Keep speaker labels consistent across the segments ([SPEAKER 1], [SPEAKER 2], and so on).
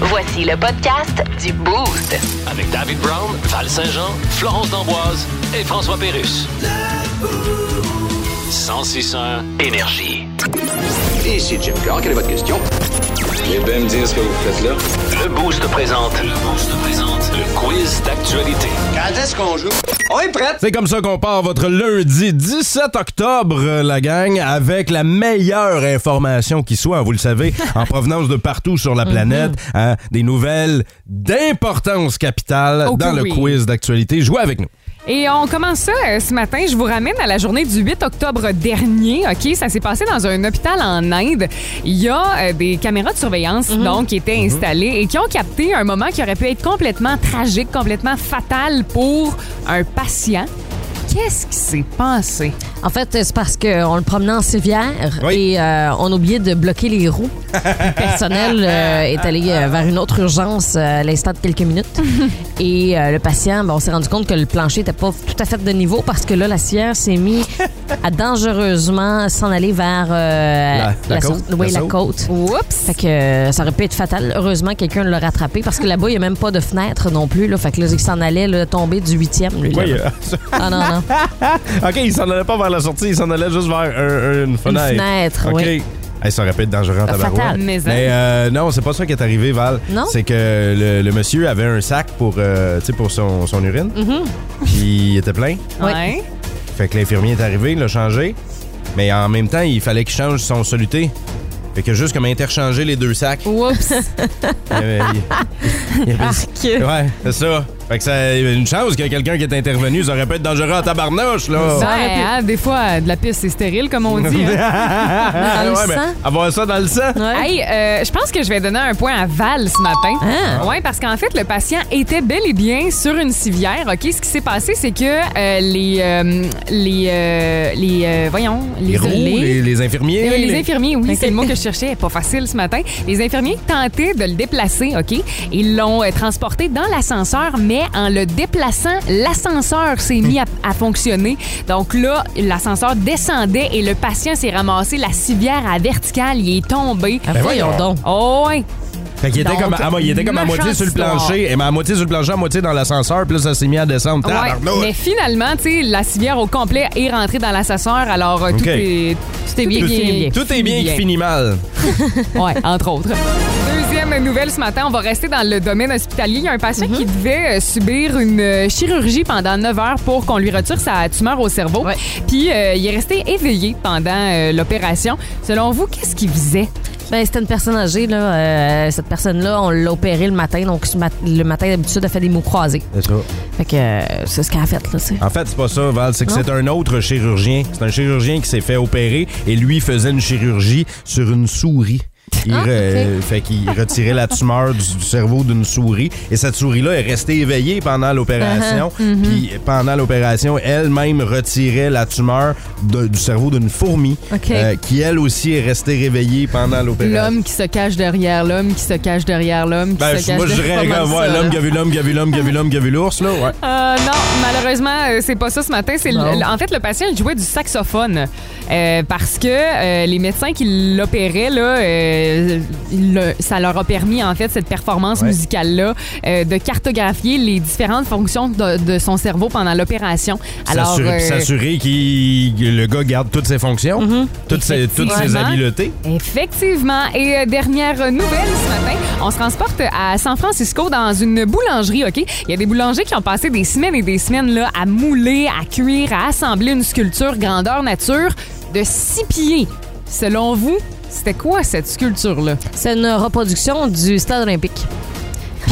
[SPEAKER 1] Voici le podcast du Boost.
[SPEAKER 2] Avec David Brown, Val Saint-Jean, Florence D'Amboise et François Pérus. 1061 Énergie.
[SPEAKER 3] Ici Jim Carr, quelle est votre question?
[SPEAKER 4] Vous bien me dire ce que vous faites là.
[SPEAKER 2] Le Boost présente. Le Boost présente. Le quiz d'actualité.
[SPEAKER 3] Quand est-ce qu'on joue? On est prête!
[SPEAKER 5] C'est comme ça qu'on part votre lundi 17 octobre, euh, la gang, avec la meilleure information qui soit, vous le savez, en provenance de partout sur la planète, hein, des nouvelles d'importance capitale
[SPEAKER 6] Oh que
[SPEAKER 5] dans le
[SPEAKER 6] oui.
[SPEAKER 5] quiz d'actualité. Jouez avec nous.
[SPEAKER 6] Et on commence ça euh, ce matin. Je vous ramène à la journée du 8 octobre dernier. OK, ça s'est passé dans un hôpital en Inde. Il y a euh, des caméras de surveillance donc qui étaient installées et qui ont capté un moment qui aurait pu être complètement tragique, complètement fatal pour un patient. Qu'est-ce qui s'est passé
[SPEAKER 7] En fait, c'est parce qu'on le promenait en civière
[SPEAKER 5] Oui.
[SPEAKER 7] et euh, on a oublié de bloquer les roues. Le personnel euh, est allé euh, vers une autre urgence euh, à l'instant de quelques minutes. et euh, le patient, ben, on s'est rendu compte que le plancher n'était pas tout à fait de niveau parce que là, la civière s'est mise à dangereusement s'en aller vers euh,
[SPEAKER 5] La- la
[SPEAKER 7] sau-
[SPEAKER 5] côte,
[SPEAKER 7] oui,
[SPEAKER 5] la
[SPEAKER 7] la
[SPEAKER 5] sauve.
[SPEAKER 7] côte.
[SPEAKER 6] Oups.
[SPEAKER 7] Fait que euh, ça aurait pu être fatal. Heureusement, quelqu'un l'a rattrapé parce que là-bas, il n'y a même pas de fenêtre non plus. Là. Fait que là, il s'en allait là, tomber du huitième. lui, là. Ah non, non.
[SPEAKER 5] euh, OK, il s'en allait pas vers la sortie, il s'en allait juste vers un- un- une
[SPEAKER 7] Une
[SPEAKER 5] fenêtre.
[SPEAKER 7] fenêtre,
[SPEAKER 5] OK.
[SPEAKER 7] oui.
[SPEAKER 5] Hey, ça aurait pu être dangereux en tabarouette.
[SPEAKER 7] fatal.
[SPEAKER 6] Mais, hein.
[SPEAKER 5] Mais euh, non, c'est pas ça qui est arrivé, Val.
[SPEAKER 7] Non?
[SPEAKER 5] C'est que le, le monsieur avait un sac pour, euh, tu sais, pour son, son urine. Puis il était plein.
[SPEAKER 7] Oui.
[SPEAKER 6] Ouais.
[SPEAKER 5] Fait que l'infirmier est arrivé, il l'a changé. Mais en même temps, il fallait qu'il change son soluté. Fait que juste comme interchanger les deux sacs.
[SPEAKER 6] Oups.
[SPEAKER 5] Il avait- il- il avait- ouais, c'est ça. Fait que ça, une chance que quelqu'un qui est intervenu, ça aurait pu être dangereux en tabarnouche, là.
[SPEAKER 6] Ben, hein, des fois, euh, de la piste, c'est stérile, comme on dit. hein.
[SPEAKER 5] Dans
[SPEAKER 7] le sang?
[SPEAKER 5] Ah, Avoir ça dans le sang.
[SPEAKER 7] Ouais.
[SPEAKER 6] Hey, euh, je pense que je vais donner un point à Val ce matin.
[SPEAKER 7] Ah.
[SPEAKER 6] Oui, parce qu'en fait, le patient était bel et bien sur une civière. OK, ce qui s'est passé, c'est que euh, les. euh, les. euh, les. euh, voyons, les.
[SPEAKER 5] Les roues, les, les infirmiers.
[SPEAKER 6] Les, les
[SPEAKER 5] les-
[SPEAKER 6] infirmiers, oui, c'est le mot que je cherchais. Pas facile ce matin. Les infirmiers tentaient de le déplacer, OK? Ils l'ont euh, transporté dans l'ascenseur, mais en le déplaçant, l'ascenseur s'est mis à, à fonctionner. Donc là, l'ascenseur descendait et le patient s'est ramassé la civière à verticale. Il est tombé.
[SPEAKER 5] ben,
[SPEAKER 7] Ah, voyons donc.
[SPEAKER 6] Oh, ouais.
[SPEAKER 5] Fait qu'il était,
[SPEAKER 6] Donc,
[SPEAKER 5] comme, à, mo- il était comme à
[SPEAKER 6] méchante
[SPEAKER 5] moitié sur le
[SPEAKER 6] histoire.
[SPEAKER 5] plancher, et à moitié sur le plancher, à moitié dans l'ascenseur, puis là, ça s'est mis à descendre.
[SPEAKER 6] Ouais,
[SPEAKER 5] Tabarnouche!
[SPEAKER 6] mais finalement, tu sais, la civière au complet est rentrée dans l'assasseur, alors euh,
[SPEAKER 5] OK.
[SPEAKER 6] tout est... Tout est bien,
[SPEAKER 5] Tout-
[SPEAKER 6] qui-
[SPEAKER 5] Tout est bien qui finit mal.
[SPEAKER 6] Ouais, entre autres. Deuxième nouvelle ce matin, on va rester dans le domaine hospitalier. Il y a un patient
[SPEAKER 5] Mhm.
[SPEAKER 6] qui devait euh, subir une euh, chirurgie pendant 9 heures pour qu'on lui retire sa tumeur au cerveau.
[SPEAKER 7] Ouais.
[SPEAKER 6] Puis euh, il est resté éveillé pendant euh, l'opération. Selon vous, qu'est-ce qu'il faisait?
[SPEAKER 7] Ben, c'était une personne âgée, là. Euh, cette personne-là, on l'a opérée le matin. Donc, ce mat- le matin, d'habitude, elle fait des mots croisés.
[SPEAKER 5] C'est ça.
[SPEAKER 7] Fait que euh, c'est ce qu'elle a fait, là, tu sais.
[SPEAKER 5] En fait, c'est pas ça, Val. C'est que
[SPEAKER 7] Non?
[SPEAKER 5] c'est un autre chirurgien. C'est un chirurgien qui s'est fait opérer et lui faisait une chirurgie sur une souris. Il,
[SPEAKER 7] Ah,
[SPEAKER 5] re- euh, fait qu'il retirait la tumeur du, du cerveau d'une souris et cette souris-là est restée éveillée pendant l'opération.
[SPEAKER 6] Uh-huh. Mm-hmm.
[SPEAKER 5] Puis pendant l'opération, elle-même retirait la tumeur de- du cerveau d'une fourmi euh,
[SPEAKER 7] OK.
[SPEAKER 5] qui elle aussi est restée réveillée pendant l'opération.
[SPEAKER 6] L'homme qui se cache derrière l'homme, qui se cache derrière l'homme, qui
[SPEAKER 5] Euh, Ben,
[SPEAKER 6] se
[SPEAKER 5] je-
[SPEAKER 6] cache
[SPEAKER 5] moi, je
[SPEAKER 6] derrière
[SPEAKER 5] dirais,
[SPEAKER 6] pas mal
[SPEAKER 5] comme, ouais,
[SPEAKER 6] ça,
[SPEAKER 5] l'homme
[SPEAKER 6] là.
[SPEAKER 5] qui a vu l'homme, qui a vu l'homme, qui a vu l'homme, qui a vu l'ours, là, ouais.
[SPEAKER 6] Euh, non, malheureusement, euh, c'est pas ça ce matin. C'est le-
[SPEAKER 7] Non.
[SPEAKER 6] le- en fait, le patient il jouait du saxophone euh, parce que euh, les médecins qui l'opéraient, là, euh, le- ça leur a permis, en fait, cette performance
[SPEAKER 5] Ouais.
[SPEAKER 6] musicale-là euh, de cartographier les différentes fonctions de, de son cerveau pendant l'opération. Alors,
[SPEAKER 5] S'assurer
[SPEAKER 6] euh, Mhm.
[SPEAKER 5] puis s'assurer qu'il- que le gars garde toutes ses fonctions, toutes, ses, toutes ses
[SPEAKER 6] Effectivement.
[SPEAKER 5] habiletés.
[SPEAKER 6] Effectivement. Et euh, dernière nouvelle ce matin, on se transporte à San Francisco dans une boulangerie, OK? Il y a des boulangers qui ont passé des semaines et des semaines là, à mouler, à cuire, à assembler une sculpture grandeur nature de six pieds. Selon vous, c'était quoi cette sculpture-là?
[SPEAKER 7] C'est une reproduction du stade olympique.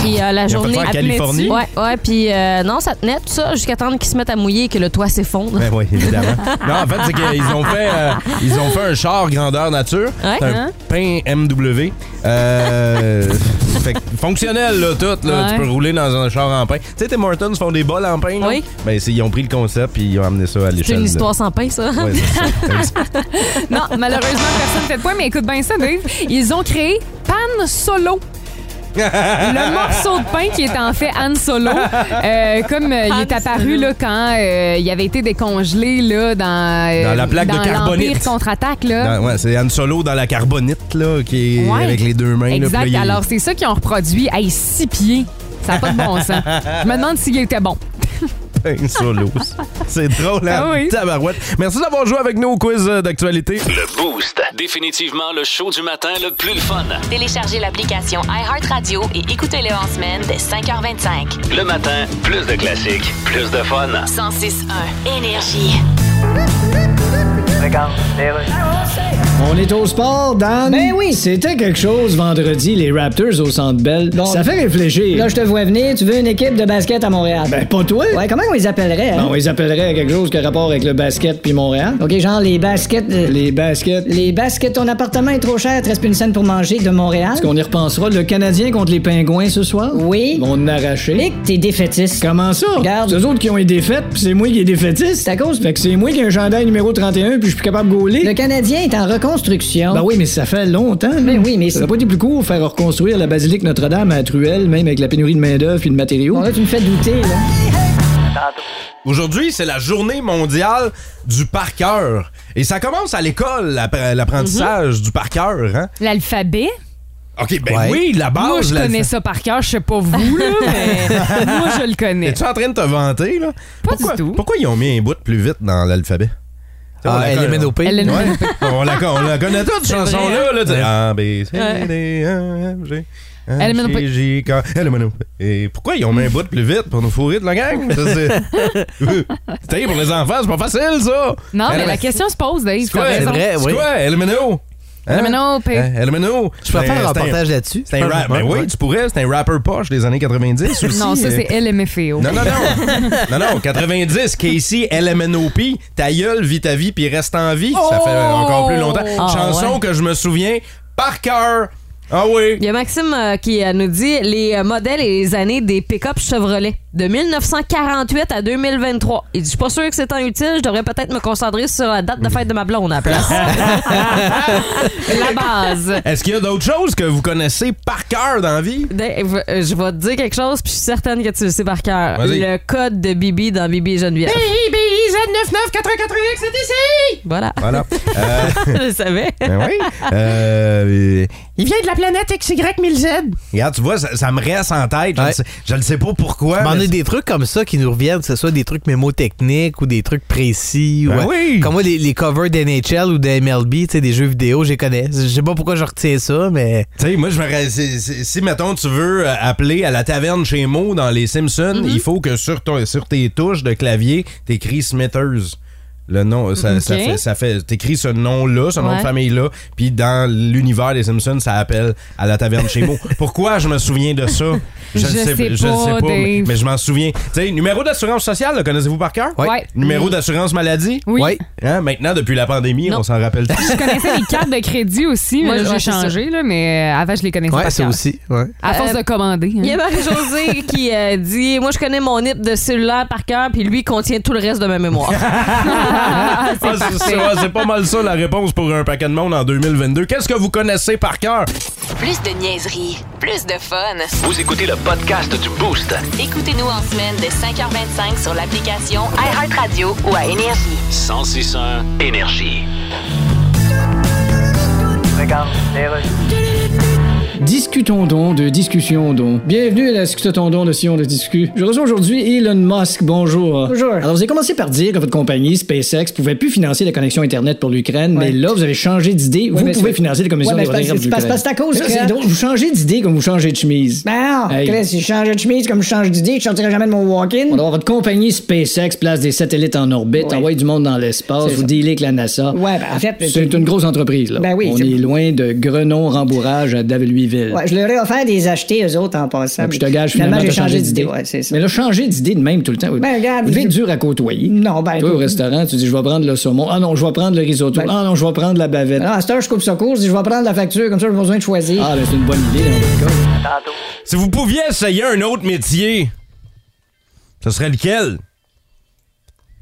[SPEAKER 7] Puis euh, la
[SPEAKER 5] Ils ont fait
[SPEAKER 7] journée.
[SPEAKER 5] ça en
[SPEAKER 6] à
[SPEAKER 5] Californie.
[SPEAKER 6] Pléty.
[SPEAKER 7] Ouais, ouais, puis euh, non, ça tenait tout ça jusqu'à attendre qu'ils se mettent à mouiller et que le toit s'effondre.
[SPEAKER 5] Ben oui, évidemment. non, en fait, c'est qu'ils ont fait euh, ils ont fait un char grandeur nature.
[SPEAKER 7] Ouais,
[SPEAKER 5] C'est un
[SPEAKER 6] hein?
[SPEAKER 5] pain MW. Euh, fait que fonctionnel, là, tout. Là,
[SPEAKER 6] Ouais.
[SPEAKER 5] Tu peux rouler dans un char en pain. Tu sais, Tim Hortons font des bols en pain. là.
[SPEAKER 7] Oui.
[SPEAKER 5] Ben, c'est- ils ont pris le concept puis ils ont amené ça à
[SPEAKER 7] C'est
[SPEAKER 5] l'échelle.
[SPEAKER 7] une
[SPEAKER 5] là.
[SPEAKER 7] histoire sans pain, ça.
[SPEAKER 5] Ouais, c'est ça. C'est une-
[SPEAKER 6] Non, malheureusement, personne ne fait de point, mais écoute bien ça, Dave. Ils ont créé Pan Solo. Le morceau de pain qui est en fait Han Solo, euh, comme euh, il
[SPEAKER 7] Han
[SPEAKER 6] est apparu
[SPEAKER 7] Solo.
[SPEAKER 6] là, quand euh, il avait été décongelé là, dans, euh,
[SPEAKER 5] Dans la plaque de carbonite.
[SPEAKER 6] l'Empire contre-attaque. là.
[SPEAKER 5] Dans- ouais, c'est Han Solo dans la carbonite, là, qui est
[SPEAKER 6] Ouais.
[SPEAKER 5] avec les deux mains. là, puis là,
[SPEAKER 6] Exact.
[SPEAKER 5] il-
[SPEAKER 6] Alors, c'est ça qu'ils ont reproduit. Hey, six pieds. Ça n'a pas de bon sens. Je me demande s'il était bon.
[SPEAKER 5] Han Solo. C'est drôle, hein?
[SPEAKER 6] Ah oui.
[SPEAKER 5] Tabarouette. Merci d'avoir joué avec nous au quiz euh, d'actualité.
[SPEAKER 2] Le Boost. Définitivement le show du matin le plus le fun.
[SPEAKER 1] Téléchargez l'application iHeartRadio et écoutez-le en semaine dès 5h25.
[SPEAKER 2] Le matin, plus de classiques, plus de fun.
[SPEAKER 1] 106.1 Énergie.
[SPEAKER 8] On est au sport, Dan. Ben oui. C'était quelque chose vendredi, les Raptors au Centre Bell. ça fait réfléchir.
[SPEAKER 9] Là, je te vois venir, tu veux une équipe de basket à Montréal.
[SPEAKER 8] ben pas toi.
[SPEAKER 9] Ouais, comment on les appellerait? hein?
[SPEAKER 8] Ben, on les appellerait à quelque chose qui a rapport avec le basket puis Montréal.
[SPEAKER 9] OK, genre les baskets. euh,
[SPEAKER 8] Les baskets.
[SPEAKER 9] Les baskets, ton appartement est trop cher, te reste plus une scène pour manger de Montréal.
[SPEAKER 8] Est-ce qu'on y repensera? Le Canadien contre les Pingouins ce soir?
[SPEAKER 9] Oui.
[SPEAKER 8] Ils vont nous arracher.
[SPEAKER 9] Mais que t'es défaitiste.
[SPEAKER 8] Comment ça?
[SPEAKER 9] Regarde.
[SPEAKER 8] C'est eux autres qui ont les défaites, puis c'est moi qui ai défaitiste.
[SPEAKER 9] C'est à cause-
[SPEAKER 8] Fait que c'est moi qui ai un gendarme numéro 31, puis je suis plus capable de gauler.
[SPEAKER 9] Le Canadien est en reconstruction.
[SPEAKER 8] Ben oui, mais ça fait longtemps.
[SPEAKER 9] Mais
[SPEAKER 8] là.
[SPEAKER 9] Ben oui, mais
[SPEAKER 8] ça
[SPEAKER 9] c'est-
[SPEAKER 8] n'a pas été plus court faire reconstruire la basilique Notre-Dame à Truelle, même avec la pénurie de main-d'œuvre puis de matériaux.
[SPEAKER 9] Bon, là, tu me fais douter, là.
[SPEAKER 5] Aujourd'hui, c'est la journée mondiale du par cœur. Et ça commence à l'école, l'appre- l'apprentissage
[SPEAKER 6] Mm-hmm.
[SPEAKER 5] du par cœur. Hein?
[SPEAKER 6] L'alphabet?
[SPEAKER 5] OK, ben
[SPEAKER 4] Ouais.
[SPEAKER 5] oui, la base.
[SPEAKER 6] Moi, je
[SPEAKER 5] la-
[SPEAKER 6] connais ça par cœur. Je sais pas vous, là, mais moi, je le connais.
[SPEAKER 5] Es-tu en train de te vanter, là?
[SPEAKER 6] Pas
[SPEAKER 5] pourquoi,
[SPEAKER 6] du tout. Ah,
[SPEAKER 5] Pourquoi ils ont mis un bout de plus vite dans l'alphabet? On
[SPEAKER 10] Ah,
[SPEAKER 5] la conna-
[SPEAKER 6] Elle
[SPEAKER 5] Ouais. on, la, on la connaît toute, cette chanson-là. Là, tu sais, Ah, A, B, C,
[SPEAKER 7] Ouais.
[SPEAKER 5] D, A, F, G. H,
[SPEAKER 6] Elemento-
[SPEAKER 5] I, J, K, Elemento- Et pourquoi ils ont mis un bout de plus vite pour nous fourrer de la gang? Ça, c'est- T'sais, pour les enfants, c'est pas facile, ça!
[SPEAKER 6] Non, mais la
[SPEAKER 5] Elemento-
[SPEAKER 6] question se pose, Dave.
[SPEAKER 5] C'est quoi,
[SPEAKER 6] t'as raison.
[SPEAKER 10] vrai,
[SPEAKER 5] C'est
[SPEAKER 10] oui.
[SPEAKER 5] quoi, Elemento? Hein?
[SPEAKER 6] Elemento, puis-
[SPEAKER 5] Hein, Elemento?
[SPEAKER 10] Je pourrais
[SPEAKER 5] C'est-
[SPEAKER 10] faire un
[SPEAKER 5] c'est
[SPEAKER 10] reportage là-dessus.
[SPEAKER 5] C'est un rap. Ben oui, tu pourrais. C'est un rapper poche des années 90 aussi.
[SPEAKER 6] Non, ça, c'est LMFAO.
[SPEAKER 5] Non, non, non. non, non, 90, Casey, LMNOP, ta gueule, vis ta vie, puis reste en vie. Ça fait
[SPEAKER 10] Oh!
[SPEAKER 5] encore plus longtemps.
[SPEAKER 7] Ah,
[SPEAKER 5] Chanson
[SPEAKER 7] ouais.
[SPEAKER 5] que je me souviens par cœur. Ah oui.
[SPEAKER 7] Il y a Maxime euh, qui euh, nous dit les euh, modèles et les années des pick-up Chevrolet de 1948 à 2023. Il dit Je suis pas sûr que c'est tant utile, je devrais peut-être me concentrer sur la date de fête de ma blonde à la place. la base.
[SPEAKER 5] Est-ce qu'il y a d'autres choses que vous connaissez par cœur dans la vie?
[SPEAKER 6] Ben,
[SPEAKER 7] Dave, euh, je vais te dire quelque chose, puis je suis certaine que tu le sais par cœur.
[SPEAKER 5] Vas-y.
[SPEAKER 7] Le code de Bibi dans Bibi et Geneviève. BIBI Z9984 Voilà,
[SPEAKER 5] Voilà. Euh,
[SPEAKER 7] je le savais.
[SPEAKER 5] ben oui. Euh, il vient de la planète XY1000Z. Regarde, tu vois, ça, ça me reste en tête. Je,
[SPEAKER 10] Ouais.
[SPEAKER 5] le, sais, je le sais pas pourquoi.
[SPEAKER 10] Mais on
[SPEAKER 5] mais
[SPEAKER 10] a des trucs comme ça qui nous reviennent, que ce soit des trucs mémotechniques ou des trucs précis.
[SPEAKER 5] Ben
[SPEAKER 10] ou, euh,
[SPEAKER 5] oui.
[SPEAKER 10] Comme moi, les, les covers d'NHL ou d'MLB, tu sais, des jeux vidéo, je les connais. Je sais pas pourquoi je retiens ça, mais.
[SPEAKER 5] Tu sais, moi, je me. ra- Si, si- si, mettons, tu veux euh, appeler à la taverne chez Mo dans les Simpsons,
[SPEAKER 6] Mm-hmm.
[SPEAKER 5] il faut que sur, ton, sur tes touches de clavier, t'écris Smithers. Le nom, euh, ça, ça
[SPEAKER 6] Ok.
[SPEAKER 5] fait. Ça fait t'écris ce nom-là, ce nom de
[SPEAKER 7] Ouais.
[SPEAKER 5] famille-là, puis dans l'univers des Simpsons, ça appelle à la taverne chez Mo. Pourquoi je me souviens de ça? le
[SPEAKER 6] Je sais
[SPEAKER 5] je le
[SPEAKER 6] pas,
[SPEAKER 5] mais,
[SPEAKER 6] Dave.
[SPEAKER 5] mais je m'en souviens. Tu sais, numéro d'assurance sociale, le connaissez-vous par cœur?
[SPEAKER 10] Ouais.
[SPEAKER 6] Ouais.
[SPEAKER 5] Numéro d'assurance maladie?
[SPEAKER 6] Oui.
[SPEAKER 10] Ouais.
[SPEAKER 5] Hein, maintenant, depuis la pandémie,
[SPEAKER 7] Non.
[SPEAKER 5] on s'en rappelle tous.
[SPEAKER 6] Je connaissais les cartes de crédit aussi,
[SPEAKER 7] Moi,
[SPEAKER 6] mais là,
[SPEAKER 7] ouais,
[SPEAKER 6] j'ai
[SPEAKER 7] c'est
[SPEAKER 6] changé, là, mais euh, avant, je les connaissais
[SPEAKER 10] Ouais,
[SPEAKER 6] pas.
[SPEAKER 10] ça aussi. Ouais.
[SPEAKER 6] À force
[SPEAKER 7] Euh,
[SPEAKER 6] de commander. hein.
[SPEAKER 7] Il y a Marie-Josée qui euh, dit Moi, je connais mon nip de cellulaire par cœur, puis lui contient tout le reste de ma mémoire.
[SPEAKER 5] Ah, c'est
[SPEAKER 6] parfait.
[SPEAKER 5] ça, c'est pas mal ça la réponse pour un paquet de monde en 2022. Qu'est-ce que vous connaissez par cœur?
[SPEAKER 1] Plus de niaiserie, plus de fun.
[SPEAKER 2] Vous écoutez le podcast du Boost.
[SPEAKER 1] Écoutez-nous en semaine dès 5h25 sur l'application iHeartRadio ou à Énergie.
[SPEAKER 2] 1061 Énergie.
[SPEAKER 8] Discutons donc de discussion donc. Bienvenue à la discutons donc de Sion de Discu. Je reçois aujourd'hui Elon Musk. Bonjour.
[SPEAKER 9] Bonjour.
[SPEAKER 8] Alors, vous avez commencé par dire que votre compagnie SpaceX pouvait plus financer la connexion Internet pour l'Ukraine, mais là, vous avez changé d'idée.
[SPEAKER 9] Ouais,
[SPEAKER 8] vous
[SPEAKER 9] mais
[SPEAKER 8] pouvez
[SPEAKER 9] c'est-
[SPEAKER 8] financer la connexion
[SPEAKER 9] Ouais, mais c'est
[SPEAKER 8] Internet
[SPEAKER 9] parce-
[SPEAKER 8] pour
[SPEAKER 9] c'est parce- parce-
[SPEAKER 8] l'Ukraine.
[SPEAKER 9] c'est à cause
[SPEAKER 8] Là,
[SPEAKER 9] que-
[SPEAKER 8] c'est drôle. Vous changez d'idée comme vous changez de chemise.
[SPEAKER 9] Ben non,
[SPEAKER 8] Hey.
[SPEAKER 9] Chris, si je changeais de chemise comme je change d'idée, je sortirais jamais de mon
[SPEAKER 8] On
[SPEAKER 9] walk-in.
[SPEAKER 8] doit avoir votre compagnie SpaceX place des satellites en orbite,
[SPEAKER 9] Ouais.
[SPEAKER 8] envoie du monde dans l'espace,
[SPEAKER 9] C'est
[SPEAKER 8] vous
[SPEAKER 9] ça.
[SPEAKER 8] dealez avec la NASA.
[SPEAKER 9] Ouais, ben en fait,
[SPEAKER 8] C'est une grosse entreprise, là.
[SPEAKER 9] Ben oui,
[SPEAKER 8] On
[SPEAKER 9] c'est-
[SPEAKER 8] est loin de Grenon-Rembourrage à Daveluiville.
[SPEAKER 9] Ouais, je leur ai offert des acheter, eux autres, en passant.
[SPEAKER 8] Ah, puis je te gage, finalement,
[SPEAKER 9] j'ai
[SPEAKER 8] t'as
[SPEAKER 9] changé d'idée. Ouais, c'est ça.
[SPEAKER 8] Mais là, changer d'idée de même tout le temps. oui.
[SPEAKER 9] Ben, regarde,
[SPEAKER 8] Vous devez
[SPEAKER 9] je-
[SPEAKER 8] être dur à côtoyer.
[SPEAKER 9] Non, ben.
[SPEAKER 8] Toi, au restaurant, tu dis, je vais prendre le saumon. Ah non, je vais prendre le risotto.
[SPEAKER 9] Ben-
[SPEAKER 8] Ah non, je vais prendre la bavette.
[SPEAKER 9] Non, à cette heure, je coupe ça court, je dis, je vais prendre la facture, comme ça, j'ai pas besoin de choisir.
[SPEAKER 8] Ah, ben, c'est une bonne idée, dans votre cas.
[SPEAKER 5] Si vous pouviez essayer un autre métier, ce serait lequel?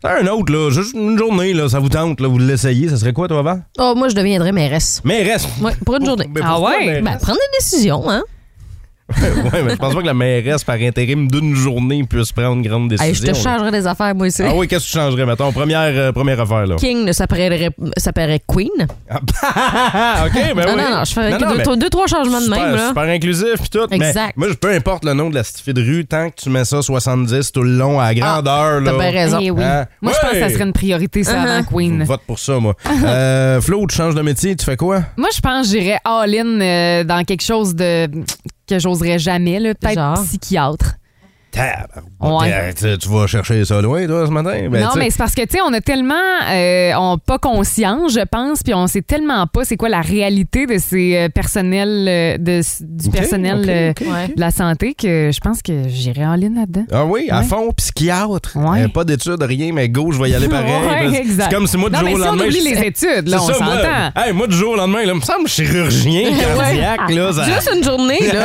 [SPEAKER 5] Un autre, là, juste une journée, là, ça vous tente, là, vous l'essayez, ça serait quoi, toi, avant?
[SPEAKER 7] oh, moi, je deviendrais mairesse.
[SPEAKER 5] Mais reste.
[SPEAKER 7] Ouais, pour une journée.
[SPEAKER 5] Mais
[SPEAKER 6] Ah
[SPEAKER 5] pourquoi,
[SPEAKER 6] ouais?
[SPEAKER 5] mais-
[SPEAKER 7] Ben, prendre des décisions, hein?
[SPEAKER 5] ouais, mais je pense pas que la mairesse, par intérim d'une journée, puisse prendre une grande décision.
[SPEAKER 7] Hey, je te
[SPEAKER 5] là.
[SPEAKER 7] changerai des affaires, moi aussi.
[SPEAKER 5] Ah oui, qu'est-ce que tu changerais, mettons? Première, euh, première affaire, là.
[SPEAKER 7] King ne s'appellerait s'appellerait Queen.
[SPEAKER 5] Ah, OK, ben
[SPEAKER 7] non,
[SPEAKER 5] oui.
[SPEAKER 7] non, non, je ferais
[SPEAKER 5] Non,
[SPEAKER 7] que
[SPEAKER 5] non,
[SPEAKER 7] deux,
[SPEAKER 5] mais
[SPEAKER 7] trois- deux, trois changements de
[SPEAKER 5] super,
[SPEAKER 7] même. Là.
[SPEAKER 5] Super inclusif puis tout.
[SPEAKER 7] Exact.
[SPEAKER 5] Mais moi, je- peu importe le nom de la petite fille de rue, tant que tu mets ça 70 tout le long
[SPEAKER 6] Ah,
[SPEAKER 5] à la grandeur, là.
[SPEAKER 7] T'as bien raison.
[SPEAKER 6] Eh oui.
[SPEAKER 5] Hein?
[SPEAKER 6] Moi, je pense que
[SPEAKER 5] Ouais.
[SPEAKER 6] ça serait une priorité, ça, avant Queen.
[SPEAKER 5] Vote pour ça, moi. Euh, Flo, tu changes de métier, tu fais quoi?
[SPEAKER 6] Moi, je pense que j'irais all-in euh, dans quelque chose de que j'oserais jamais, là, peut-être
[SPEAKER 7] Genre?
[SPEAKER 6] psychiatre.
[SPEAKER 5] Tabarnak.
[SPEAKER 6] Ouais.
[SPEAKER 5] Euh, Tu tu vas chercher ça loin, toi, ce matin? Ben,
[SPEAKER 6] non,
[SPEAKER 5] tu sais,
[SPEAKER 6] mais c'est parce que, tu sais, on a tellement euh, on, pas conscience, je pense, puis on sait tellement pas c'est quoi la réalité de ces euh, personnels, euh, de, du
[SPEAKER 5] OK,
[SPEAKER 6] personnel
[SPEAKER 5] OK,
[SPEAKER 6] euh,
[SPEAKER 5] OK.
[SPEAKER 7] Ouais.
[SPEAKER 6] de la santé que je pense que j'irais en ligne là-dedans.
[SPEAKER 5] Ah oui, à
[SPEAKER 6] Ouais.
[SPEAKER 5] fond, psychiatre.
[SPEAKER 6] Ouais.
[SPEAKER 5] Euh, pas d'études, rien, mais go, je vais y aller pareil.
[SPEAKER 6] Ouais,
[SPEAKER 5] Parce-
[SPEAKER 6] exact.
[SPEAKER 5] C'est comme si moi, du
[SPEAKER 6] Non,
[SPEAKER 5] jour
[SPEAKER 6] mais
[SPEAKER 5] au
[SPEAKER 6] si on
[SPEAKER 5] lendemain.
[SPEAKER 6] oublie
[SPEAKER 5] je-
[SPEAKER 6] les études, là,
[SPEAKER 5] C'est
[SPEAKER 6] on
[SPEAKER 5] ça, moi,
[SPEAKER 6] s'entend.
[SPEAKER 5] Hey, moi, du jour au lendemain, là, me semble chirurgien cardiaque, là. ça-
[SPEAKER 7] Juste une journée, là.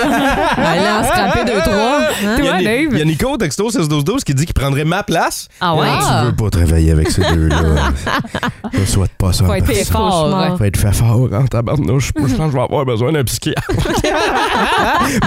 [SPEAKER 7] ben là, scraper deux, trois. hein?
[SPEAKER 5] Il y, a,
[SPEAKER 6] Toi,
[SPEAKER 5] Ni-
[SPEAKER 6] Dave?
[SPEAKER 5] il y a Nico Texto 16-12-12 qui dit qu'il prendrait ma place.
[SPEAKER 6] Ah ouais?
[SPEAKER 5] tu veux pas travailler avec ces deux-là. je souhaite pas ça.
[SPEAKER 6] Faut
[SPEAKER 5] à
[SPEAKER 6] être
[SPEAKER 5] personne.
[SPEAKER 6] fort.
[SPEAKER 7] Cauchemar.
[SPEAKER 5] Faut être fait fort en tabarnouche. Je pense que je vais avoir besoin d'un psychiatre.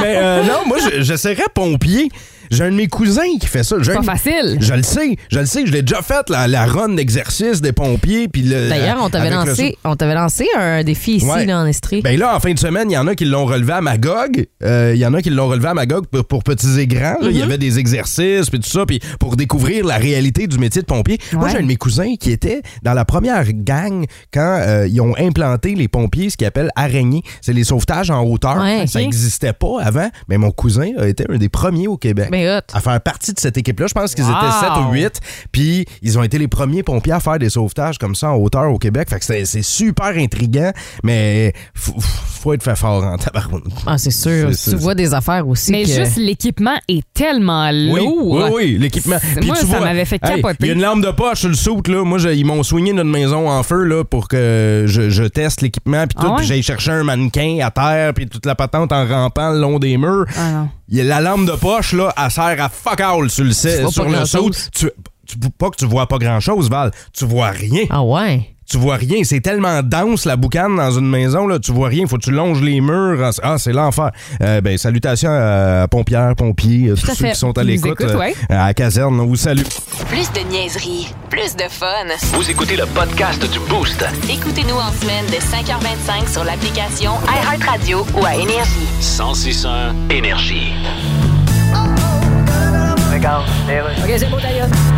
[SPEAKER 5] Mais euh, non, moi, je- j'essaierais pompier. J'ai un de mes cousins qui fait ça. J'ai
[SPEAKER 6] Pas
[SPEAKER 5] un-
[SPEAKER 6] facile.
[SPEAKER 5] Je le sais, je le sais, je l'ai déjà fait, la, la run d'exercice des pompiers. puis le-
[SPEAKER 7] D'ailleurs, on t'avait
[SPEAKER 5] avec le-
[SPEAKER 7] lancé, on t'avait lancé un défi ici,
[SPEAKER 5] Ouais.
[SPEAKER 7] là, en Estrie.
[SPEAKER 5] Ben là, en fin de semaine, il y en a qui l'ont relevé à Magog. Euh, Il y en a qui l'ont relevé à Magog pour, pour petits et grands. là. Il
[SPEAKER 7] Mm-hmm.
[SPEAKER 5] y avait des exercices, puis tout ça, puis pour découvrir la réalité du métier de pompier. Moi,
[SPEAKER 6] Ouais.
[SPEAKER 5] j'ai un de mes cousins qui était dans la première gang quand euh, ils ont implanté les pompiers, ce qu'ils appellent araignées. C'est les sauvetages en hauteur.
[SPEAKER 7] Ouais,
[SPEAKER 5] Ça
[SPEAKER 7] ok.
[SPEAKER 5] n'existait pas avant, mais mon cousin a été un des premiers au Québec
[SPEAKER 7] Ben, hot.
[SPEAKER 5] à faire partie de cette équipe-là. Je pense qu'ils
[SPEAKER 6] Wow.
[SPEAKER 5] étaient 7 ou 8. Puis ils ont été les premiers pompiers à faire des sauvetages comme ça en hauteur au Québec. Fait que c'est c'est super intriguant, mais faut, faut être fait fort en tabarouette.
[SPEAKER 7] Ah, c'est sûr.
[SPEAKER 5] C'est- c'est-
[SPEAKER 7] Tu vois des affaires aussi.
[SPEAKER 6] Mais
[SPEAKER 7] que-
[SPEAKER 6] juste l'équipement est tellement
[SPEAKER 5] Oui,
[SPEAKER 6] lourd.
[SPEAKER 5] oui, oui, l'équipement.
[SPEAKER 6] hein? C'est-
[SPEAKER 5] Puis
[SPEAKER 6] moi,
[SPEAKER 5] tu
[SPEAKER 6] ça
[SPEAKER 5] vois,
[SPEAKER 6] m'avait fait
[SPEAKER 5] hey,
[SPEAKER 6] capoter.
[SPEAKER 5] Il y a une lampe de poche sur le soute, là. Moi, je- ils m'ont soigné notre maison en feu, là, pour que je, je teste l'équipement, puis
[SPEAKER 6] Ah
[SPEAKER 5] tout.
[SPEAKER 6] ouais?
[SPEAKER 5] Puis j'aille chercher un mannequin à terre, puis toute la patente en rampant le long des murs.
[SPEAKER 6] Ah non.
[SPEAKER 5] Il y a la lampe de poche, là, elle sert à fuck all sur le,
[SPEAKER 7] Tu vois
[SPEAKER 5] sur
[SPEAKER 7] pas
[SPEAKER 5] le
[SPEAKER 7] grand-chose.
[SPEAKER 5] soute. Tu, tu- pas que tu vois pas grand chose, Val. Tu vois rien.
[SPEAKER 7] Ah ouais.
[SPEAKER 5] Tu vois rien. C'est tellement dense, la boucane, dans une maison, là. Tu vois rien. Faut que tu longes les murs. Ah, c'est l'enfer. Euh, ben, salutations à pompières, pompiers, tous
[SPEAKER 7] à
[SPEAKER 5] ceux
[SPEAKER 7] fait.
[SPEAKER 5] qui sont à
[SPEAKER 6] Qui nous
[SPEAKER 5] l'écoute. euh,
[SPEAKER 6] écoutent, ouais.
[SPEAKER 5] à la caserne, on vous salue.
[SPEAKER 1] Plus de niaiserie, plus de fun.
[SPEAKER 2] Vous écoutez le podcast du Boost.
[SPEAKER 1] Écoutez-nous en semaine de 5h25 sur l'application iHeartRadio ou à Énergie.
[SPEAKER 2] 1061 Énergie.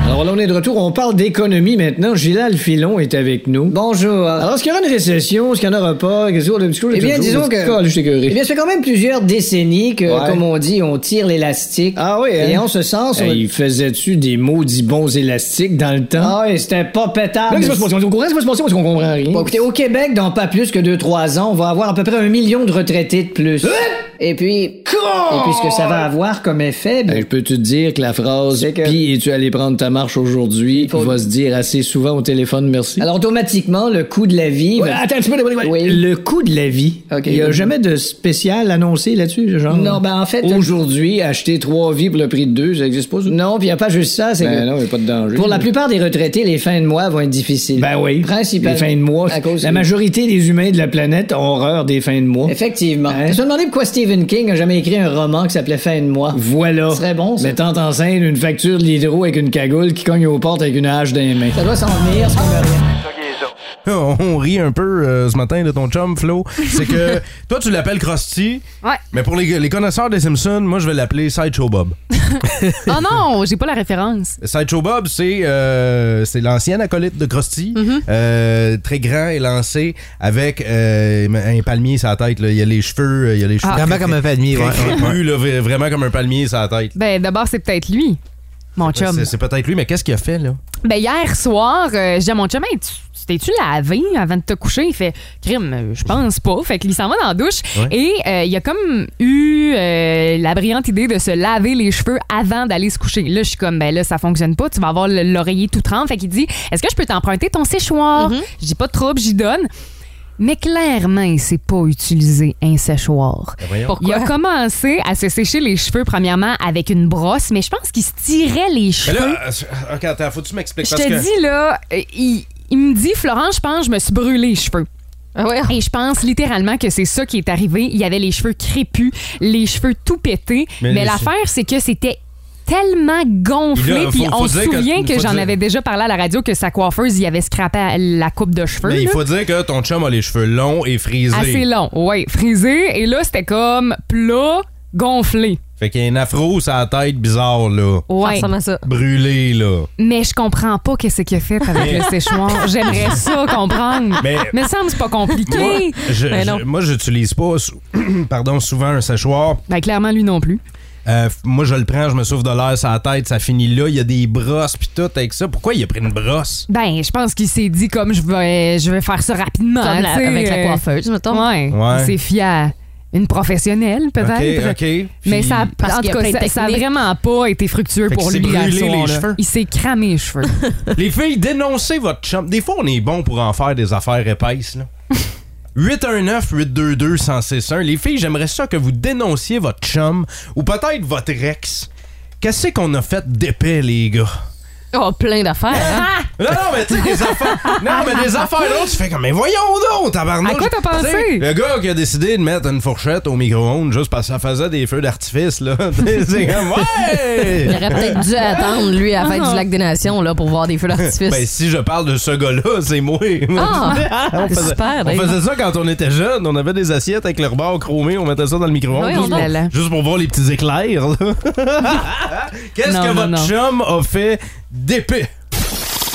[SPEAKER 8] Alors là, on est de retour. On parle d'économie maintenant. Gilal Filon est avec nous. Bonjour. Alors, est-ce qu'il y aura une récession? Est-ce qu'il n'y en aura pas? Qu'est-ce qu'il y a de petit coup, là,
[SPEAKER 9] Eh bien,
[SPEAKER 8] toujours,
[SPEAKER 9] disons
[SPEAKER 8] là,
[SPEAKER 9] que-
[SPEAKER 8] colle, je suis écoeuré.
[SPEAKER 9] Eh bien, ça fait quand même plusieurs décennies que,
[SPEAKER 8] Ouais.
[SPEAKER 9] comme on dit, on tire l'élastique.
[SPEAKER 8] Ah oui, hein?
[SPEAKER 9] Et en ce sens, on-
[SPEAKER 8] Hey, faisait-tu des maudits bons élastiques dans le temps?
[SPEAKER 9] Ah oui, c'était pas pétable.
[SPEAKER 8] Là, qu'est-ce qui va se passer? On est au courant, qu'est-ce qui va se passer? Parce qu'on comprend rien.
[SPEAKER 9] Bon, écoutez, au Québec, dans pas plus que 2-3 ans, on va avoir à peu près un million de retraités de plus. Et puis... Et puis, ce que ça va avoir comme effet... ben,
[SPEAKER 8] Hey, je peux te dire que la phrase
[SPEAKER 9] C'est que-
[SPEAKER 8] Puis es-tu allé prendre ta marche aujourd'hui
[SPEAKER 9] faut-
[SPEAKER 8] va se dire assez souvent au téléphone merci.
[SPEAKER 9] Alors, automatiquement, le coût de la vie... va-
[SPEAKER 8] attends un petit peu,
[SPEAKER 9] Oui.
[SPEAKER 8] le coût de la vie.
[SPEAKER 9] Ok.
[SPEAKER 8] Il n'y a jamais de spécial annoncé là-dessus, genre.
[SPEAKER 9] Non, ben en fait...
[SPEAKER 8] Aujourd'hui, acheter trois vies pour le prix de deux, ça n'existe pas. ça?
[SPEAKER 9] Non, puis il a pas juste ça, c'est que...
[SPEAKER 8] Ben non, il n'y a pas de danger.
[SPEAKER 9] Pour la plupart des retraités, les fins de mois vont être difficiles.
[SPEAKER 8] Ben oui.
[SPEAKER 9] Principalement.
[SPEAKER 8] Les fins de mois.
[SPEAKER 9] À cause
[SPEAKER 8] la
[SPEAKER 9] de-
[SPEAKER 8] majorité des humains de la planète ont horreur des fins de mois.
[SPEAKER 9] Effectivement.
[SPEAKER 8] Hein?
[SPEAKER 9] Je me demandais pourquoi Stephen King a jamais écrit un roman qui s'appelait Fin de mois.
[SPEAKER 8] Voilà.
[SPEAKER 9] Ce serait bon, ça.
[SPEAKER 8] Mettant en scène une facture de l'hydro avec une cagoule qui cogne aux portes avec une hache dans les mains.
[SPEAKER 9] Ça doit s'en venir, ce qu'on veut rien.
[SPEAKER 5] On on rit un peu euh, ce matin de ton chum, Flo. C'est que toi, tu l'appelles Krusty,
[SPEAKER 6] Ouais.
[SPEAKER 5] mais pour les, les connaisseurs des Simpsons, moi, je vais l'appeler Sideshow Bob.
[SPEAKER 6] Oh non, j'ai pas la référence.
[SPEAKER 5] Sideshow Bob, c'est euh, c'est l'ancien acolyte de Krusty,
[SPEAKER 6] Mhm.
[SPEAKER 5] euh, très grand et lancé, avec euh, un palmier sur la tête. là. Il y a les cheveux, euh, il y a
[SPEAKER 6] Ah.
[SPEAKER 5] les cheveux.
[SPEAKER 10] Vraiment
[SPEAKER 5] très-
[SPEAKER 10] comme un palmier,
[SPEAKER 5] très
[SPEAKER 10] ouais.
[SPEAKER 5] crépus, là, v- vraiment comme un palmier sur la tête.
[SPEAKER 6] Ben, d'abord, c'est peut-être lui, mon chum.
[SPEAKER 5] Ben, C'est- C'est peut-être lui, mais qu'est-ce qu'il a fait, là?
[SPEAKER 6] Ben, hier soir, euh, j'ai dit à mon chum, Hey, tu- t'es-tu lavé avant de te coucher? Il fait, crime, euh, je pense pas. Fait qu'il s'en va dans la douche.
[SPEAKER 5] Ouais.
[SPEAKER 6] Et euh, il a comme eu euh, la brillante idée de se laver les cheveux avant d'aller se coucher. Là, je suis comme, ben là, ça fonctionne pas. Tu vas avoir le- l'oreiller tout tremble. Fait qu'il dit, est-ce que je peux t'emprunter ton séchoir? Je dis pas de trouble, j'y donne. Mais clairement, il s'est pas utilisé un séchoir.
[SPEAKER 5] Ben voyons.
[SPEAKER 6] il a commencé à se sécher les cheveux, premièrement, avec une brosse, mais je pense qu'il se tirait les
[SPEAKER 5] Mais
[SPEAKER 6] cheveux.
[SPEAKER 5] là, euh, ok, attends, faut que tu m'expliques.
[SPEAKER 6] Je
[SPEAKER 5] parce
[SPEAKER 6] te
[SPEAKER 5] que-
[SPEAKER 6] dis, là, euh, il, il me dit, Florent, je pense, que je me suis brûlé les cheveux.
[SPEAKER 7] Ah ouais.
[SPEAKER 6] Et je pense littéralement que c'est ça qui est arrivé. Il y avait les cheveux crépus, les cheveux tout pétés.
[SPEAKER 5] Mais
[SPEAKER 6] Mais,
[SPEAKER 5] les-
[SPEAKER 6] l'affaire, c'est que c'était tellement
[SPEAKER 5] Il
[SPEAKER 6] gonflé.
[SPEAKER 5] a-
[SPEAKER 6] Puis
[SPEAKER 5] faut- faut
[SPEAKER 6] on se
[SPEAKER 5] dire que-
[SPEAKER 6] souvient que,
[SPEAKER 5] faut
[SPEAKER 6] j'en
[SPEAKER 5] dire-
[SPEAKER 6] avais déjà parlé à la radio que sa coiffeuse y avait scrappé à la coupe de cheveux.
[SPEAKER 5] Mais il
[SPEAKER 6] là.
[SPEAKER 5] faut dire que ton chum a les cheveux longs et frisés.
[SPEAKER 6] Assez long, oui. Frisé. Et là, c'était comme plat, gonflé.
[SPEAKER 5] Fait qu'il y a un afro sur la tête bizarre, là.
[SPEAKER 7] Ça
[SPEAKER 6] Ouais.
[SPEAKER 7] ressemble à ça.
[SPEAKER 5] Brûlé, là.
[SPEAKER 6] Mais je comprends pas qu'est-ce qu'il a fait avec le séchoir. J'aimerais ça comprendre.
[SPEAKER 5] Mais-
[SPEAKER 6] Ah, Mais, me semble que c'est pas
[SPEAKER 5] Moi,
[SPEAKER 6] compliqué.
[SPEAKER 5] je,
[SPEAKER 7] Mais non.
[SPEAKER 5] je- moi, j'utilise pas, sou- pardon, souvent un séchoir.
[SPEAKER 6] Ben clairement lui non plus.
[SPEAKER 5] Euh, f- moi, je le prends, je me souffle de l'air sur la tête, ça finit là. Il y a des brosses pis tout avec ça. Pourquoi il a pris une brosse?
[SPEAKER 6] Ben je pense qu'il s'est dit comme je vais je vais faire ça rapidement
[SPEAKER 7] Comme la-
[SPEAKER 6] tu sais,
[SPEAKER 7] avec la
[SPEAKER 6] euh,
[SPEAKER 7] coiffeuse, mettons.
[SPEAKER 6] Ouais.
[SPEAKER 5] Ouais.
[SPEAKER 6] C'est fier. Une professionnelle peut-être.
[SPEAKER 5] OK, OK.
[SPEAKER 6] Mais
[SPEAKER 5] Puis-
[SPEAKER 6] ça,
[SPEAKER 7] Parce
[SPEAKER 6] en
[SPEAKER 7] qu'il
[SPEAKER 6] tout
[SPEAKER 7] y
[SPEAKER 6] cas,
[SPEAKER 7] a plein de
[SPEAKER 6] ça, ça a
[SPEAKER 7] techniques.
[SPEAKER 6] vraiment pas été fructueux
[SPEAKER 5] Fait
[SPEAKER 6] pour
[SPEAKER 5] qu'il
[SPEAKER 6] lui.
[SPEAKER 5] s'est
[SPEAKER 6] à
[SPEAKER 5] brûlé
[SPEAKER 6] soir,
[SPEAKER 5] les
[SPEAKER 6] là.
[SPEAKER 5] cheveux.
[SPEAKER 6] Il s'est cramé les cheveux.
[SPEAKER 5] Les filles, dénoncez votre chum. Des fois, on est bon pour en faire des affaires épaisses, là. 819-822-1061. Les filles, j'aimerais ça que vous dénonciez votre chum ou peut-être votre ex. Qu'est-ce qu'on a fait d'épais, les gars?
[SPEAKER 7] Oh, plein d'affaires. hein.
[SPEAKER 5] Non, non, mais tu sais, des affaires. Non, mais des affaires là, tu fais comme, mais voyons donc, tabarnouche.
[SPEAKER 6] À quoi t'as pensé?
[SPEAKER 5] Tu sais, Le gars qui a décidé de mettre une fourchette au micro-ondes juste parce que ça faisait des feux d'artifice, là. Tu sais, c'est comme,
[SPEAKER 7] Il
[SPEAKER 5] ouais!
[SPEAKER 7] aurait peut-être dû attendre, lui, à la fête du Lac des Nations, là, pour voir des feux d'artifice.
[SPEAKER 5] Ben, si je parle de ce gars-là, c'est moi.
[SPEAKER 7] Ah,
[SPEAKER 5] on faisait,
[SPEAKER 7] super,
[SPEAKER 5] on
[SPEAKER 7] Dave.
[SPEAKER 5] faisait ça quand on était jeune. On avait des assiettes avec le rebord chromé, on mettait ça dans le micro-ondes.
[SPEAKER 7] Voyons
[SPEAKER 5] juste,
[SPEAKER 7] donc.
[SPEAKER 5] pour- juste pour voir les petits éclairs. là. Qu'est-ce
[SPEAKER 6] Non,
[SPEAKER 5] que
[SPEAKER 6] non,
[SPEAKER 5] votre
[SPEAKER 6] non.
[SPEAKER 5] chum a fait d'épais?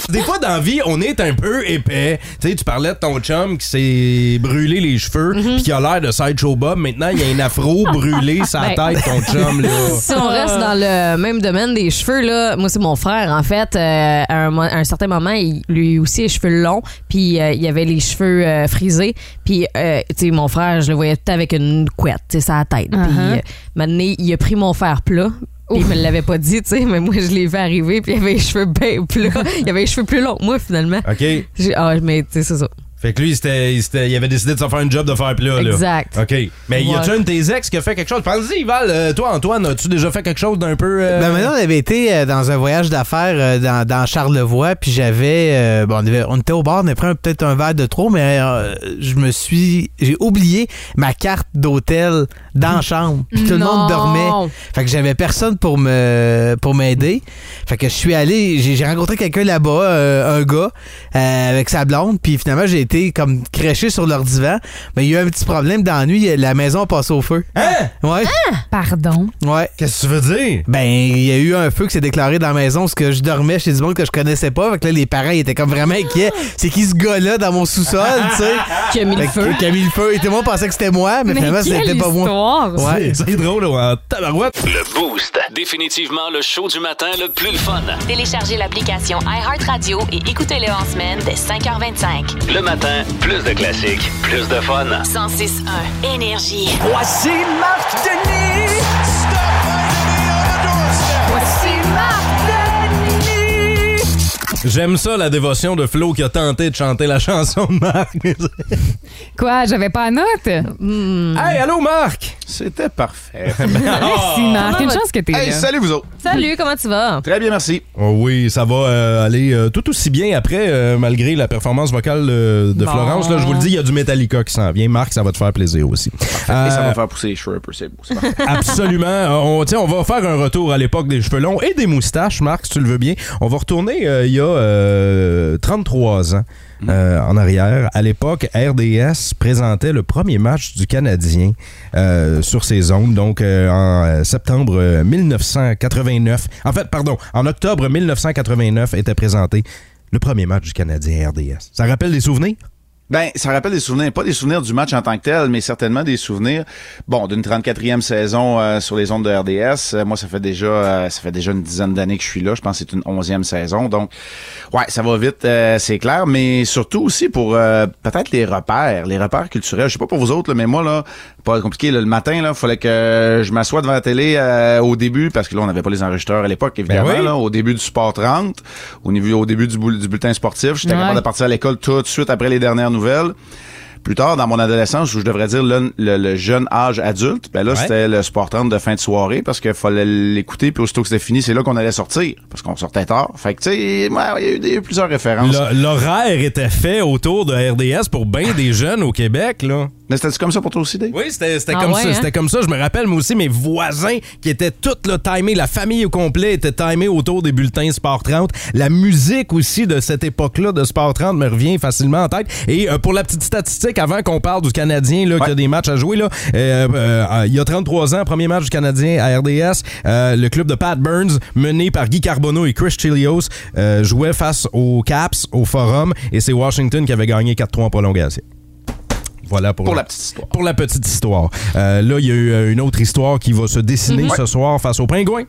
[SPEAKER 5] Des fois, dans la vie, on est un peu épais. Tu sais, tu parlais de ton chum qui s'est brûlé les cheveux puis qui a l'air de Sideshow Bob. Maintenant, il y a un afro brûlé sur la
[SPEAKER 7] Mhm. Ben.
[SPEAKER 5] tête, ton chum. Là.
[SPEAKER 7] Si on reste dans le même domaine des cheveux, là, moi, c'est mon frère, en fait. euh, à, un, mo- à un certain moment, il- lui aussi, les cheveux longs, puis euh, il avait les cheveux euh, frisés. Puis, euh, tu sais, mon frère, je le voyais tout le temps avec une couette, tu sais, sa tête. Puis,
[SPEAKER 6] Uh-huh.
[SPEAKER 7] euh, maintenant, il a pris mon fer plat. Puis il me l'avait pas dit, tu sais, mais moi, je l'ai vu arriver, puis il avait les cheveux bien plats. Il avait les cheveux plus longs, que moi, finalement.
[SPEAKER 5] OK.
[SPEAKER 7] J'ai- Ah, mais tu sais, c'est ça.
[SPEAKER 5] Fait que lui, il, s'était- il s'était- il avait décidé de se faire une job de faire plat. Là.
[SPEAKER 7] Exact.
[SPEAKER 5] OK. Mais y a-tu
[SPEAKER 7] Ouais.
[SPEAKER 5] un de tes ex qui a fait quelque chose? Pense-y, Val. euh, toi, Antoine, as-tu déjà fait quelque chose d'un peu. euh,
[SPEAKER 10] Ben maintenant, on avait été euh, dans un voyage d'affaires euh, dans, dans Charlevoix, puis j'avais. euh, bon, on, avait- on était au bar, on avait pris un- peut-être un verre de trop, mais euh, je me suis. J'ai oublié ma carte d'hôtel dans la chambre, puis tout le monde
[SPEAKER 6] Non.
[SPEAKER 10] dormait. Fait que j'avais personne pour me pour m'aider. Fait que je suis allé, j'ai j'ai rencontré quelqu'un là-bas, euh, un gars, euh, avec sa blonde, puis finalement, j'ai été comme crêché sur leur divan. Mais il y a eu un petit problème dans la nuit, la maison a passé au feu.
[SPEAKER 5] Hein?
[SPEAKER 10] Ouais.
[SPEAKER 6] Pardon.
[SPEAKER 10] Ouais.
[SPEAKER 5] Qu'est-ce que tu veux dire?
[SPEAKER 10] Ben, il y a eu un feu qui s'est déclaré dans la maison parce que je dormais chez du monde que je connaissais pas. Fait que là, les parents ils étaient comme vraiment inquiets. C'est qui ce gars-là dans mon sous-sol, tu sais?
[SPEAKER 7] Qui a mis le
[SPEAKER 10] Fait que-
[SPEAKER 7] feu.
[SPEAKER 10] Qui a mis le feu. Et tout le monde pensait que c'était moi, mais,
[SPEAKER 6] Mais
[SPEAKER 10] finalement, c'était
[SPEAKER 6] quelle
[SPEAKER 10] pas moi.
[SPEAKER 6] histoire!
[SPEAKER 10] Ouais.
[SPEAKER 5] C'est c'est drôle, en tabarouette.
[SPEAKER 2] Le Boost. Définitivement le show du matin le plus le fun.
[SPEAKER 1] Téléchargez l'application iHeartRadio et écoutez-le en semaine dès 5h25.
[SPEAKER 2] Le matin, plus de classiques, plus de fun.
[SPEAKER 1] 106.1 Énergie.
[SPEAKER 5] J'aime ça, la dévotion de Flo qui a tenté de chanter la chanson de Marc.
[SPEAKER 6] Quoi, j'avais pas la note?
[SPEAKER 5] hey, allô, Marc!
[SPEAKER 4] C'était parfait.
[SPEAKER 6] Merci, Ah, Marc. Quelle chance que t'es
[SPEAKER 4] hey,
[SPEAKER 6] là.
[SPEAKER 4] salut vous autres.
[SPEAKER 7] Salut, comment tu vas?
[SPEAKER 4] Très bien, merci.
[SPEAKER 5] Oh oui, ça va euh, aller euh, tout aussi bien après, euh, malgré la performance vocale euh, de
[SPEAKER 7] Bon.
[SPEAKER 5] Florence. Là, je vous le dis, il y a du Metallica qui s'en vient. Marc, ça va te faire plaisir aussi.
[SPEAKER 4] Et ça
[SPEAKER 5] Euh,
[SPEAKER 4] va me faire pousser les cheveux un peu, c'est beau. c'est parfait.
[SPEAKER 5] Absolument. Euh, On, tiens, on va faire un retour à l'époque des cheveux longs et des moustaches, Marc, si tu le veux bien. On va retourner euh, il y a euh, 33 ans euh, en arrière. À l'époque, RDS présentait le premier match du Canadien euh, sur ses ondes, donc euh, en euh, septembre euh, 1989. En fait, pardon, en octobre 1989 était présenté le premier match du Canadien RDS. Ça rappelle des souvenirs?
[SPEAKER 4] ben, ça rappelle des souvenirs, pas des souvenirs du match en tant que tel, mais certainement des souvenirs, bon, d'une 34e saison euh, sur les ondes de RDS. Euh, moi, ça fait déjà euh, ça fait déjà une dizaine d'années que je suis là. Je pense que c'est une 11e saison. Donc, ouais, ça va vite, euh, c'est clair, mais surtout aussi pour euh, peut-être les repères, les repères culturels. Je sais pas pour vous autres, là, mais moi, là, pas compliqué, là, le matin, là, fallait que je m'assoie devant la télé euh, au début, parce que là, on n'avait pas les enregistreurs à l'époque, évidemment,
[SPEAKER 5] oui.
[SPEAKER 4] là, au début du Sport 30, au, niveau, au début du, boule- du bulletin sportif. J'étais
[SPEAKER 6] Ouais.
[SPEAKER 4] capable de partir à l'école tout de suite après les dernières nouvelles. Plus tard, dans mon adolescence, ou je devrais dire le, le- le jeune âge adulte, ben là,
[SPEAKER 5] Ouais.
[SPEAKER 4] c'était le sport Entre de fin de soirée parce qu'il fallait l'écouter, puis aussitôt que c'était fini, c'est là qu'on allait sortir, parce qu'on sortait tard. Fait que, tu sais, ouais, il y a eu des- plusieurs références.
[SPEAKER 5] L- L'horaire était fait autour de RDS pour bien des jeunes au Québec, là.
[SPEAKER 4] Mais c'était-tu comme ça pour toi aussi, Dave?
[SPEAKER 5] Oui, c'était c'était
[SPEAKER 7] Ah
[SPEAKER 5] comme
[SPEAKER 7] ouais,
[SPEAKER 5] ça.
[SPEAKER 7] hein?
[SPEAKER 5] C'était comme ça. Je me rappelle, moi aussi, mes voisins qui étaient tous le timés, la famille au complet était timée autour des bulletins Sport 30. La musique aussi de cette époque-là de Sport 30 me revient facilement en tête. Et euh, pour la petite statistique, avant qu'on parle du Canadien, là, qui a
[SPEAKER 4] Ouais.
[SPEAKER 5] des matchs à jouer, là, euh, euh, euh, il y a 33 ans, premier match du Canadien à RDS, euh, le club de Pat Burns, mené par Guy Carbonneau et Chris Chilios, euh, jouait face aux Caps au Forum et c'est Washington qui avait gagné 4-3 en prolongation. Voilà pour,
[SPEAKER 4] Pour
[SPEAKER 5] le-
[SPEAKER 4] la petite histoire.
[SPEAKER 5] pour la petite histoire. Euh, là, il y a eu euh, une autre histoire qui va se dessiner
[SPEAKER 7] Mhm.
[SPEAKER 5] ce soir face aux pingouins.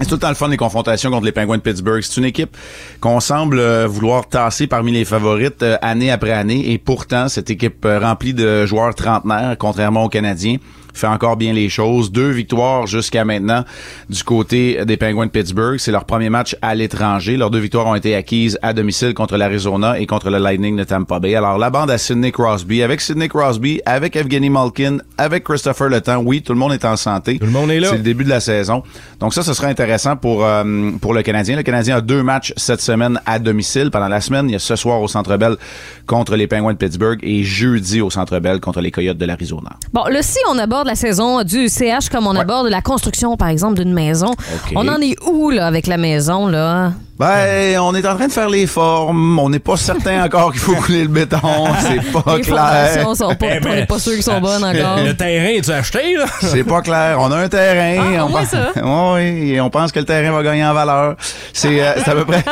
[SPEAKER 4] C'est tout le temps le fun les confrontations contre les Penguins de Pittsburgh. C'est une équipe qu'on semble euh, vouloir tasser parmi les favorites euh, année après année et pourtant cette équipe euh, remplie de joueurs trentenaires, contrairement aux Canadiens, fait encore bien les choses. Deux victoires jusqu'à maintenant du côté des Penguins de Pittsburgh. C'est leur premier match à l'étranger. Leurs deux victoires ont été acquises à domicile contre l'Arizona et contre le Lightning de Tampa Bay. Alors la bande à Sidney Crosby, avec Sidney Crosby, avec Evgeny Malkin, avec Christopher Le Temps. Oui, tout le monde est en santé.
[SPEAKER 5] Tout le monde est là.
[SPEAKER 4] C'est le début de la saison. Donc ça, ce sera intéressant pour euh, pour le Canadien. Le Canadien a deux matchs cette semaine à domicile. Pendant la semaine, il y a ce soir au Centre Bell contre les Penguins de Pittsburgh et jeudi au Centre Bell contre les Coyotes de l'Arizona.
[SPEAKER 7] Bon, là, si on aborde la saison du CH comme on aborde la construction, par exemple, d'une maison, on en est où, là, avec la maison, là?
[SPEAKER 4] Ben, on est en train de faire les formes. On n'est pas certain encore qu'il faut couler le béton. C'est pas
[SPEAKER 7] Les
[SPEAKER 4] clair.
[SPEAKER 7] fondations sont pas,
[SPEAKER 5] Eh ben,
[SPEAKER 7] on n'est pas sûr qu'ils sont bonnes encore.
[SPEAKER 5] Le, le terrain, tu as acheté, là?
[SPEAKER 4] C'est pas clair. On a un terrain.
[SPEAKER 7] Ah,
[SPEAKER 4] on
[SPEAKER 7] au moins ça.
[SPEAKER 4] Oui, et on pense que le terrain va gagner en valeur. C'est euh, c'est à peu près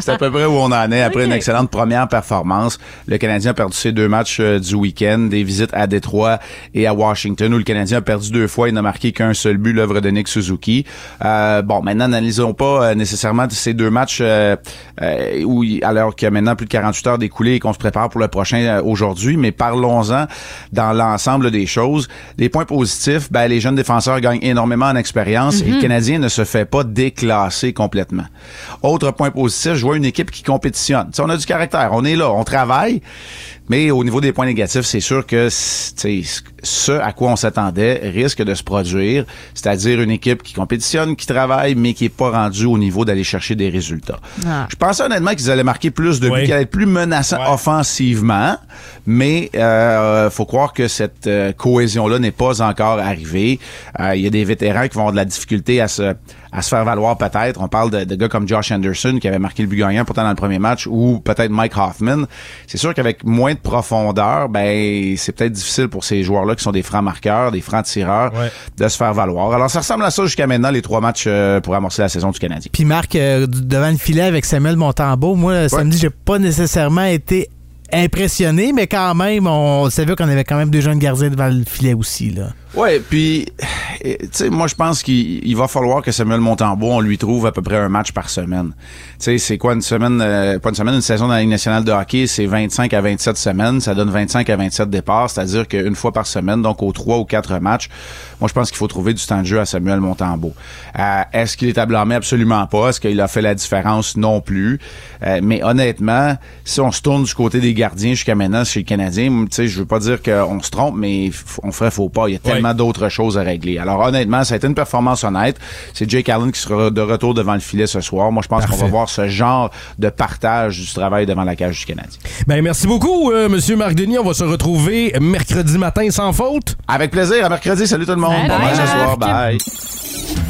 [SPEAKER 4] c'est à peu près où on en est après une excellente première performance. Le Canadien a perdu ses deux matchs euh, du week-end, des visites à Détroit et à Washington où le Canadien a perdu deux fois et n'a marqué qu'un seul but, l'œuvre de Nick Suzuki. Euh, bon, maintenant n'analysons pas euh, nécessairement ces deux matchs euh, euh, où il- alors qu'il y a maintenant plus de 48 heures d'écoulées et qu'on se prépare pour le prochain euh, aujourd'hui, mais parlons-en dans l'ensemble des choses. Les points positifs, ben, les jeunes défenseurs gagnent énormément en expérience et le Canadien ne se fait pas déclasser complètement. Autre point positif, je vois une équipe qui compétitionne. Tu sais, on a du caractère, on est là, on travaille, mais au niveau des points négatifs, c'est sûr que c- tu sais, ce à quoi on s'attendait risque de se produire, c'est-à-dire une équipe qui compétitionne, qui travaille, mais qui est pas rendue au niveau d'aller chercher des résultats. Je pensais honnêtement qu'ils allaient marquer plus de buts,
[SPEAKER 5] Oui.
[SPEAKER 4] qu'ils allaient être plus menaçants
[SPEAKER 5] Ouais.
[SPEAKER 4] offensivement, mais euh, faut croire que cette euh, cohésion-là n'est pas encore arrivée. Euh, Il y a des vétérans qui vont avoir de la difficulté à se à se faire valoir peut-être. On parle de, de gars comme Josh Anderson qui avait marqué le but gagnant pourtant dans le premier match ou peut-être Mike Hoffman. C'est sûr qu'avec moins de profondeur, ben c'est peut-être difficile pour ces joueurs-là qui sont des francs marqueurs, des francs tireurs,
[SPEAKER 5] Ouais.
[SPEAKER 4] de se faire valoir. Alors ça ressemble à ça jusqu'à maintenant les trois matchs euh, pour amorcer la saison du Canadien.
[SPEAKER 10] Puis Marc, euh, d- devant le filet avec Samuel Montembeau, moi, samedi, j'ai pas nécessairement été impressionné, mais quand même, on savait qu'on avait quand même deux jeunes gardiens devant le filet aussi. Là.
[SPEAKER 4] Ouais, puis euh, tu sais moi je pense qu'il il va falloir que Samuel Montembeau on lui trouve à peu près un match par semaine. Tu sais c'est quoi une semaine euh, pas une semaine une saison dans la Ligue nationale de hockey, c'est 25 à 27 semaines, ça donne 25 à 27 départs, c'est-à-dire qu'une fois par semaine donc aux trois ou quatre matchs. Moi je pense qu'il faut trouver du temps de jeu à Samuel Montembeau. Euh, est-ce qu'il est à blâmer absolument pas, est-ce qu'il a fait la différence non plus Euh, mais honnêtement, si on se tourne du côté des gardiens jusqu'à maintenant chez le Canadien, tu sais je veux pas dire qu'on se trompe mais f- on ferait faux pas, il y a tellement
[SPEAKER 5] Ouais.
[SPEAKER 4] d'autres choses à régler. Alors honnêtement, ça a été une performance honnête. C'est Jake Allen qui sera de retour devant le filet ce soir. Moi, je pense qu'on va
[SPEAKER 5] Parfait.
[SPEAKER 4] voir ce genre de partage du travail devant la cage du Canadien.
[SPEAKER 5] Ben, merci beaucoup, euh, Monsieur Marc Denis. On va se retrouver mercredi matin sans faute.
[SPEAKER 4] Avec plaisir. À mercredi. Salut tout le monde.
[SPEAKER 6] Bye
[SPEAKER 4] Bon
[SPEAKER 6] bye,
[SPEAKER 4] match ce
[SPEAKER 6] Marc.
[SPEAKER 4] soir. Bye.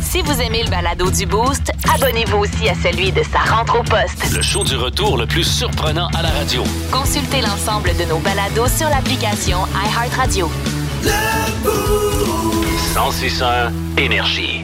[SPEAKER 1] Si vous aimez le balado du Boost, abonnez-vous aussi à celui de sa rentre au poste.
[SPEAKER 2] Le show du retour le plus surprenant à la radio.
[SPEAKER 1] Consultez l'ensemble de nos balados sur l'application iHeartRadio.
[SPEAKER 2] 106 énergie.